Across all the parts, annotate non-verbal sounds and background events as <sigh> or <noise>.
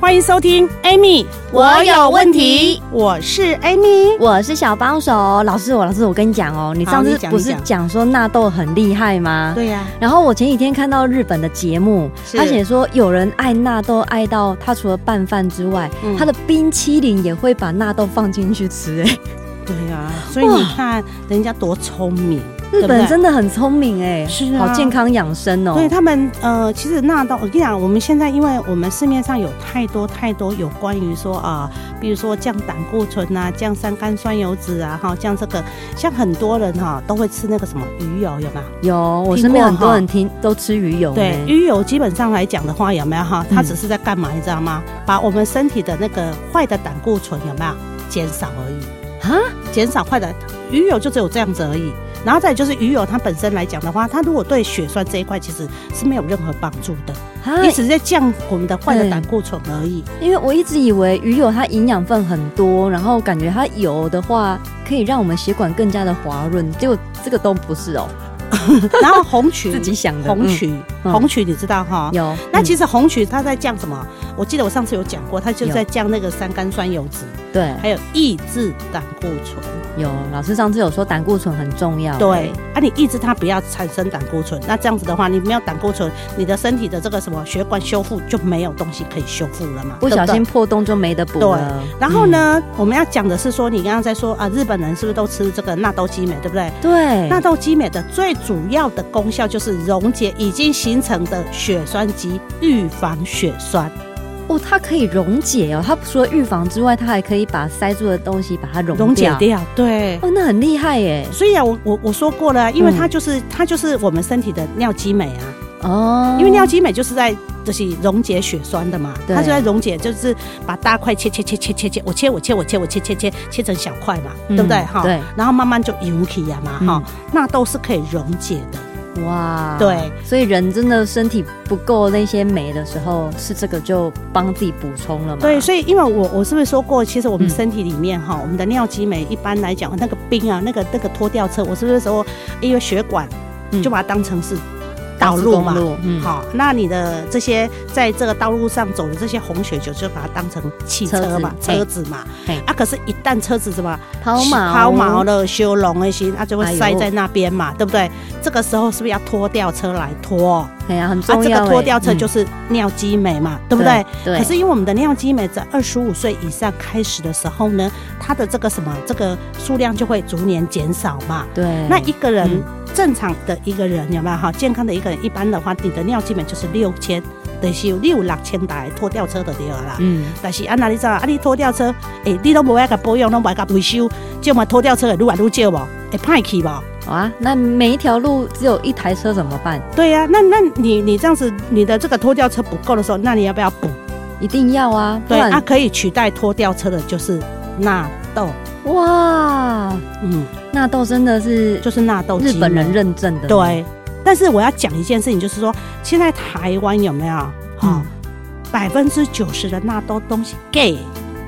欢迎收听 Amy，我有问题，我是 Amy。我是小帮手，老师我老师我跟你讲哦，你好上你次讲不你是讲讲说纳豆很厉害吗？对呀、然后我前几天看到日本的节目，是他写说有人爱纳豆爱到他除了拌饭之外，嗯他的冰淇淋也会把纳豆放进去吃。哎，对呀、所以你看人家多聪明，对日不对本真的很聪明哎，是啊好健康养生哦。对他们呃，其实纳豆，我跟你讲，我们现在因为我们市面上有太多太多有关于说啊、比如说降胆固醇啊、降三甘酸油脂啊，哈，降这个，像很多人哈、都会吃那个什么鱼油，有没有？有我身边很多人听都吃鱼油呢，哎对，鱼油基本上来讲的话，有没有哈？嗯它只是在干嘛，你知道吗？把我们身体的那个坏的胆固醇有没有减少而已。啊，减少坏的鱼油就只有这样子而已。然后再就是鱼油，它本身来讲的话，它如果对血栓这一块其实是没有任何帮助的，啊你只是在降我们的坏的对胆固醇而已。因为我一直以为鱼油它营养分很多，然后感觉它油的话可以让我们血管更加的滑润，结果这个都不是哦，然后红曲，自己想的。红嗯曲，嗯红曲你知道哈？有，那嗯其实红曲它在降什么？我记得我上次有讲过，它就有在降那个三甘酸油脂，对还有抑制胆固醇。有老师上次有说胆固醇很重要，对，啊，你抑制它不要产生胆固醇，那这样子的话，你没有胆固醇，你的身体的这个什么血管修复就没有东西可以修复了嘛，不对小对心嗯破洞就没得补对了。然后呢，我们要讲的是说，你刚刚在说啊，日本人是不是都吃这个纳豆激美，对不对？嗯？对，纳豆激美的最主要的功效就是溶解已经形成的血栓及预防血栓。哦，它可以溶解哦，它除了预防之外，它还可以把塞住的东西把它溶溶解掉。掉，对。哦，那很厉害耶！所以啊，我我我说过了，因为嗯它就是、它就是我们身体的尿激酶啊，哦，因为尿激酶就是在就是溶解血栓的嘛，对它就在溶解，就是把大块切切切切切切，我切我切我切我切切切切成小块嘛，嗯对不对哈？对，嗯然后慢慢就油起呀嘛哈，纳豆是可以溶解的。哇，对，所以人真的身体不够那些酶的时候，吃这个就帮自己补充了嘛。对，所以因为我我是不是说过，其实我们嗯身体里面哈、我们的尿激酶一般来讲，那个冰啊，那个那个脱掉车，我是不是说因为血管嗯就把它当成是道高速路公嘛？路，嗯，好、那你的这些在这个道路上走的这些红血球，就把它当成汽车嘛、车子车子嘛嘿。啊，可是，一旦车子什么抛锚，抛锚，了、修容了心，啊，就会哎呦塞在那边嘛，对不对？这个时候是不是要拖吊车来拖？哎呀，很啊，重这要个哎。拖吊车就是是尿激酶嘛，对不对？？对，可是因为我们的尿激酶在二十五岁以上开始的时候呢，它的这个什么这个数量就会逐年减少嘛。对，那一个人、嗯正常的一个人有没有哈？健康的一个人，一般的话，你的尿激酶就是六千，等于是有六六千台拖吊车的对了啦。嗯，但是啊，那你知道啊？你拖吊车，诶、你都无爱甲保养，拢无爱甲维修，这么拖吊车啊会愈来愈少无？会歹去无？好啊，那每一条路只有一台车怎么办？对呀、那那你你这样子，你的这个拖吊车不够的时候，那你要不要补？一定要啊，不对，那、然可以取代拖吊车的就是纳豆，哇，嗯。纳豆真的是就是纳豆日激酶本人认证的，，对。但是我要讲一件事情，就是说现在台湾有没有啊嗯？百分之九十的纳豆东西 gay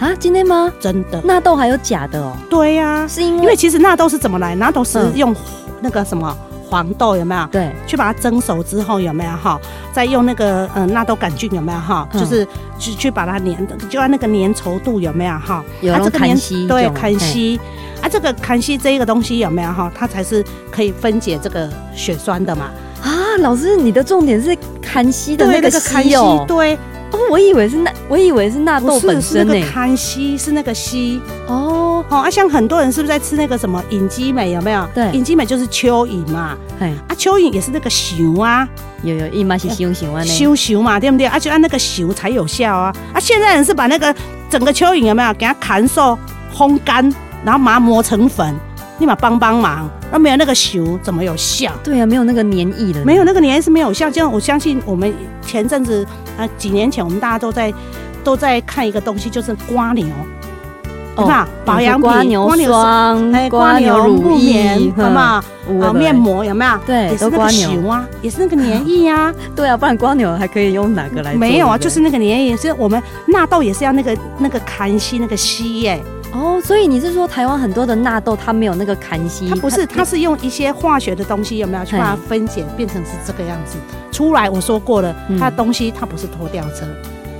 啊，今天吗？真的？纳豆还有假的哦，对呀、是因因为为其实纳豆是怎么来？纳豆是嗯用那个什么黄豆有没有？对，去把它蒸熟之后有没有哈？再用那个嗯纳豆杆菌有没有哈？嗯就是去去把它粘，就按那个粘稠度有没有哈？有它人粘砍西，对砍，西啊，这个砍西这一个东西有没有哈？它才是可以分解这个血栓的嘛。嘿啊，老师，你的重点是砍西的对，那个康熙西哦，对，哦，我以为是纳，我以为是纳不豆是本是身那呢个。康熙，是那个西哦，哦。啊，像很多人是不是在吃那个什么隐基美有没有？对隐基美就是蚯蚓嘛，哎，啊，蚯蚓也是那个熊啊，有有，一般哎是喜欢喜欢啊呢。修熊嘛，对不对？啊，就按那个熊才有效啊。啊，现在人是把那个整个蚯蚓有没有给它砍瘦、烘干，然后把它磨成粉，立马帮帮忙，那没有那个熊怎么有效？对啊，没有那个黏液的，没有那个年是没有效。这样我相信我们前阵子啊、呃几年前我们大家都在都在看一个东西，就是瓜牛。好不好？保养品、哦瓜牛霜霜、哎，瓜牛乳木棉，液，好不好？嗯？啊，面膜有没有？对也是那都瓜个牛洗啊，也是那个粘液啊，对啊，不然瓜牛还可以用哪个来做？没有啊，对就不是对那个粘液，是我们纳豆也是要那个那个砍西那个西耶，哦，所以你是说台湾很多的纳豆它没有那个砍西？它不是，它是用一些化学的东西有没哎有去把它分解变成是这个样子出来？我说过了嗯，它的东西它不是拖吊车，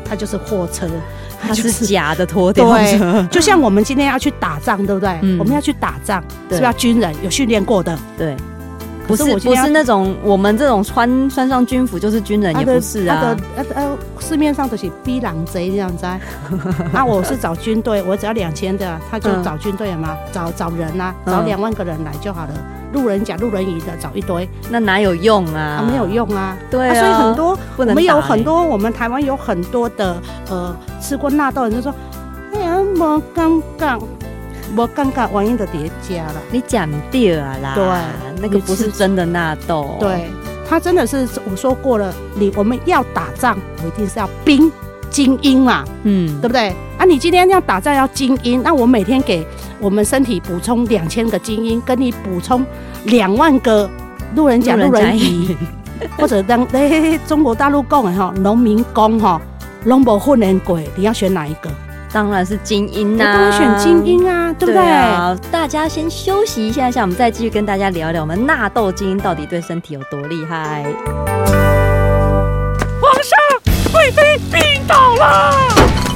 它就是货车，它就是假的拖吊车， <laughs> 就像我们今天要去打仗，对不对嗯？我们要去打仗，对 <laughs> 是不是要军人有训练过的？对。不可是是啊我今不天要是那种我们这种穿穿上军服就是军人，也不是啊。他的他的呃市面上都是逼狼贼这样子 <laughs> 啊。啊，我是找军队，我只要两千的，他就嗯找军队嘛，找找人啊，嗯找两万个人来就好了。路人甲、路人乙的找一堆，那哪有用啊，啊？没有用啊。对啊，啊，所以很多不我能们有打欸很多，我们台湾有很多的呃吃过纳豆的人就说，哎呀，没尴尬，没尴尬，万一就叠加了。你讲对了啦，对那个不是真的纳豆，，对，他真的是我说过了，你我们要打仗，我一定是要兵精英嘛。嗯对，不对？啊，你今天要打仗要精英，那我每天给我们身体补充两千个精英，跟你补充两万个路人甲、路人乙， <laughs> 乙，或者当嘿嘿嘿中国大陆讲的吼，农民工吼，拢无混人鬼，你要选哪一个？当然是精英我呐、当然选精，英啊，对不对？啊？大家先休息一下下，我们再继续跟大家聊一聊我们纳豆精英到底对身体有多厉害。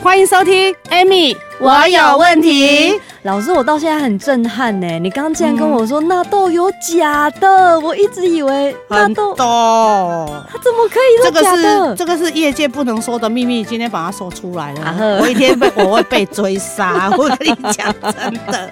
欢迎收听 Amy，我有问题。老师，我到现在很震撼呢，你刚刚竟然跟我说纳豆有假的，我一直以为嗯纳很豆多。它怎么可以这是个假是的？这个是业界不能说的秘密，今天把它说出来了。啊呵我一天被我会被追 <laughs> 杀，我跟你讲真的。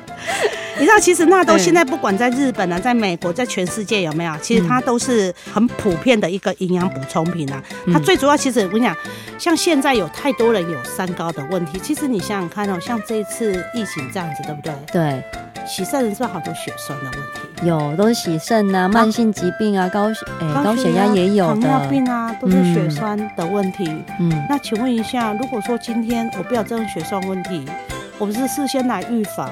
你知道，其实纳豆嗯现在不管在日本啊，在美国，在全世界有没有？啊其实它都是很普遍的一个营养补充品啊。嗯它最主要，其实我跟你讲，像现在有太多人有三高的问题。其实你想想看哦，像这一次疫情这样子，对不对？对，洗肾人是不是好多血栓的问题？有都是洗肾啊、慢性疾病啊、高血哎、高血压也有糖尿的，病啊，都是血嗯栓的问题。嗯，那请问一下，如果说今天我不要这种血栓问题，我们是事先来预防？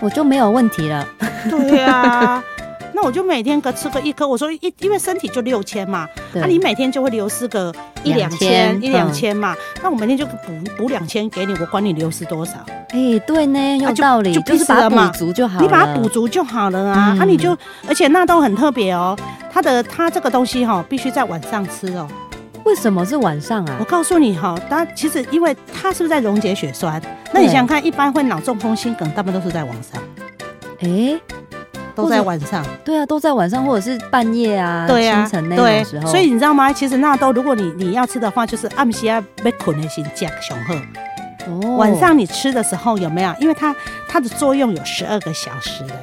我就没有问题了。啊对呀、 <laughs> 那我就每天各吃个一颗。我说一，因为身体就六千嘛，对那、你每天就会流失个一两千、 2000一两千嘛。那我每天就补补两千给你，我管你流失多少，哎、对呢，有啊就道理，就就是必死把了它嘛补足就好了。你把它补足就好了啊。嗯啊，你就而且纳豆很特别哦，它的它这个东西哈、哦，必须在晚上吃哦。为什么是晚上我啊？告诉你哈、它其实因为它是不是在溶解血栓？那你对想想看，一般会脑中风、心梗，大部分都是在晚上。哎、都在晚上，对啊，都在晚上或者是半夜啊、对啊清晨，那对种时，候。所以你知道吗？其实纳豆，如果你你要吃的话，就是暗时要被捆的先加雄鹤。哦晚上你吃的时候有没有？因为它它的作用有十二个小时的，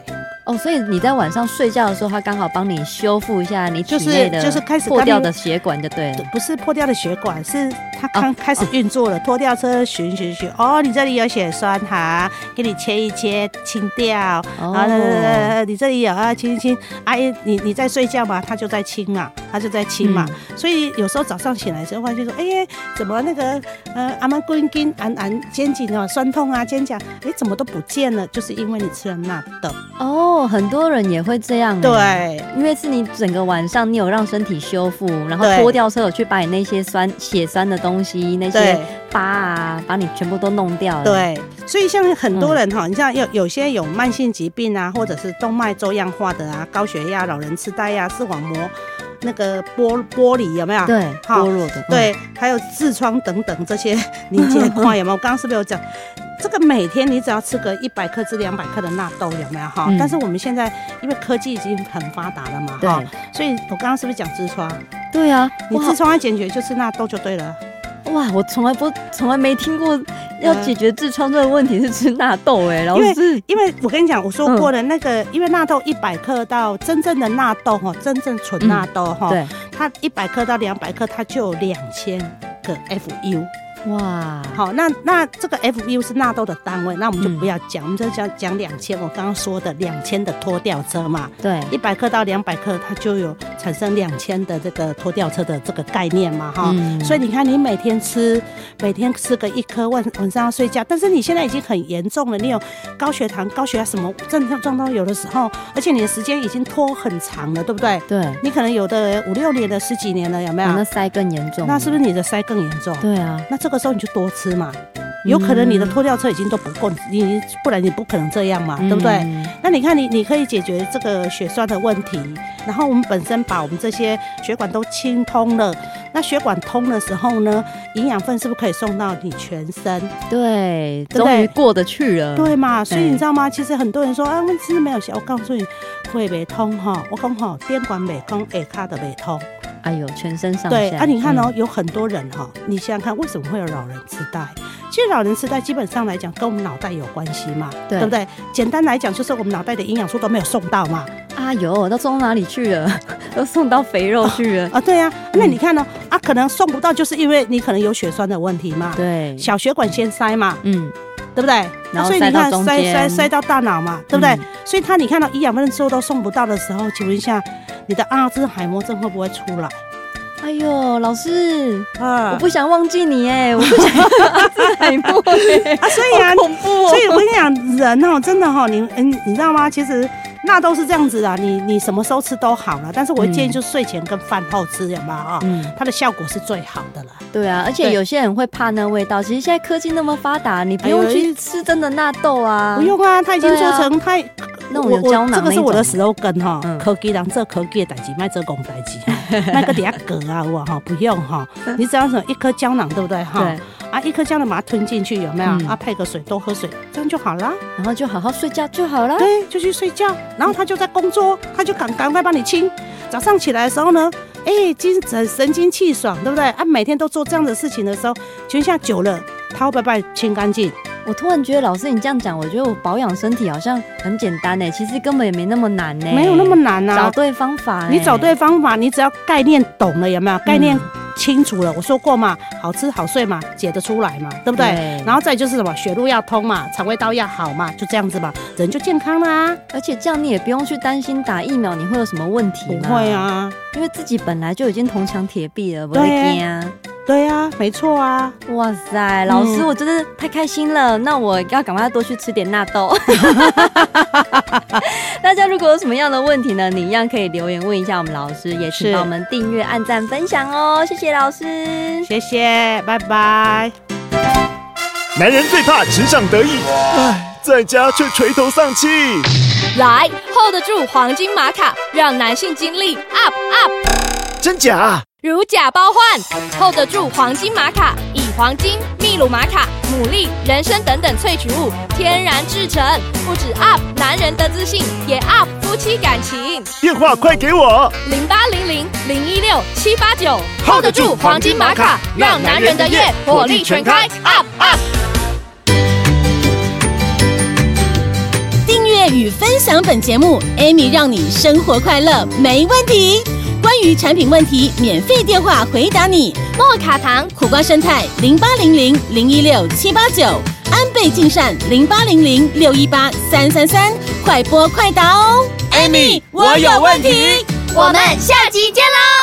哦，所以你在晚上睡觉的时候，它刚好帮你修复一下你体就是内的就是开始破它掉那的血管，就对了。不是破掉的血管，是它哦刚开始运作了，拖吊车巡巡巡，哦，你这里有血栓哈，给你切一切清掉，哦啊，呃你这里有啊，清一清，啊，你你在睡觉嘛，它就在清嘛，它就在清嘛，所以有时候早上起来的时候，发现说，哎、怎么那个呃阿妈棍筋、俺俺肩颈啊酸痛啊，肩胛，哎、怎么都不见了？就是因为你吃了纳豆。哦，很多人也会这样。。欸对，因为是你整个晚上，你有让身体修复，然后对脱掉车有去把你那些酸血酸的东西、那些对疤啊，把你全部都弄掉了。，对，所以像很多人哈，你像有有些有慢性疾病啊，或者是动脉粥样化的啊，高血压、老人痴呆呀、视网膜那个玻玻璃有没有？对，好剥落的。嗯，对，还有痔疮等等这 <laughs> 些临界化有没有？我刚刚是不是有讲？这个每天你只要吃个一百克至两百克的纳豆有没有哈？嗯但是我们现在因为科技已经很发达了嘛哈对，所以我刚刚是不是讲痔疮？对啊，你哇痔疮要解决就吃纳豆就对了。哇，我从来不从来没听过要嗯解决痔疮这个问题是吃纳豆哎、老因为师，因为我跟你讲，我说嗯过了，那个因为纳豆一百克到真正的纳豆哈，真正纯纳豆哈，嗯对，它一百克到两百克，它就有两千个 FU。哇，好，那那这个 FU 是纳豆的单位，那我们就嗯不要讲，我们就讲讲两千。我刚刚说的两千的拖吊车嘛，对，一百克到两百克，它就有产生两千的这个拖吊车的这个概念嘛哈。嗯所以你看，你每天吃，每天吃个一颗，晚晚上要睡觉。但是你现在已经很严重了，你有高血糖、高血压什么症状都有的时候，而且你的时间已经拖很长了，对不对？啊对，你可能有的五六年了、十几年了，有没有？哦那塞更严重，那是不是？是你的腮更严重？对啊，那这个时候你就多吃嘛，嗯有可能你的拖吊车已经都不够，你你不然你不可能这样嘛，对不对？嗯？那你看你，你可以解决这个血栓的问题，然后我们本身把我们这些血管都清通了。那血管通的时候呢，营养分是不是可以送到你全身？对，对不终对于过得去了。对嘛？所以嗯对你知道吗？其实很多人说啊，我吃没有效。我告诉你，会没通哈，我讲哈，边管没通，下卡的没通。哎呦，全身上下。对啊，你看哦嗯，，有很多人哈，你想想看，为什么会有老人痴呆？其实老人痴呆基本上来讲，跟我们脑袋有关系嘛，对不对？简单来讲，就是我们脑袋的营养素都没有送到嘛。啊呦，都送到哪里去了？ <laughs> 都送到肥肉去了。啊，对啊，嗯那你看呢、啊，可能送不到，就是因为你可能有血栓的问题嘛， <laughs> 对，小血管先塞嘛，嗯，对不对？然啊后所以塞你到看中塞间塞塞到大脑嘛，对不对？嗯所以他你看哦到营养分都都送不到的时候，请问一下，你的阿兹海默症会不会出来？哎呦，老师，啊我不想忘记你 <laughs> 哎，我不想阿兹海默哎，啊，所以啊好，恐怖哦。所以我跟你讲，人哦，真的哈、哦，你嗯，你知道吗？其实那都是这样子的，你你什么时候吃都好了，但是我会建议嗯就睡前跟饭后吃，有没有啊？嗯，它的效果是最好的了。 <laughs> 对啊，而且对有些人会怕那味道。其实现在科技那么发达，你不用哎呦去吃真的纳豆啊。不用啊，它已经对做啊成它那种我有我胶囊这个那是我的种 slogan 哈嗯，科技人做科技的代志，卖做公代志，卖个底下隔啊，我哈不用哈，你只要什么一颗胶囊，对不对哈嗯对？，啊，一颗胶囊把它吞进去，有没有嗯？啊，配个水，多喝水，这样就好啦。然后就好好睡觉就好了。对，就去睡觉，然后他就在工作，他就赶赶快帮你清。早上起来的时候呢，哎，精神神清气爽，对不对？啊，每天都做这样的事情的时候，全下久了，他会不会把你清干净？我突然觉得老师你这样讲，我觉得我保养身体好像很简单哎，其实根本也没那么难呢。没有那么难啊。找对嗯方法欸，你找对方法，你只要概念懂了，有没有？概念清楚了，我说过嘛，好吃好睡嘛，解得出来嘛，对不对？对然后再就是什么，血路要通嘛，肠胃道要好嘛，就这样子嘛，人就健康啦、而且这样你也不用去担心打疫苗你会有什么问题不嘛会，啊，因为自己本来就已经铜墙铁壁了，不对会惊啊。对啊，没错啊，哇塞，老嗯师，我真的太开心了！那我要赶快多去吃点纳豆。 <laughs> 大家如果有什么样的问题呢，你一样可以留言问一下我们老师，也请是帮我们订阅、按赞、分享哦，谢谢老师。谢谢，拜拜。男人最怕职场得意，唉，在家却垂头丧气。来 hold 得住黄金玛卡，让男性精力 up up，真假、如假包换，hold 得住黄金玛卡，以黄金、秘鲁玛卡、牡蛎、人参等等萃取物天然制成，不止 up 男人的自信，也 up 夫妻感情。电话快给我。零八零零零一六七八九 hold 得住黄金玛卡让男人的夜火力全开，up up。订阅与分享本节目，Amy 让你生活快乐没问题。关于产品问题，免费电话回答你。莫卡糖苦瓜生态零八零零零一六七八九，安倍晋善零八零零六一八三三三，快播快答哦。Amy，我有问题。我们下集见喽。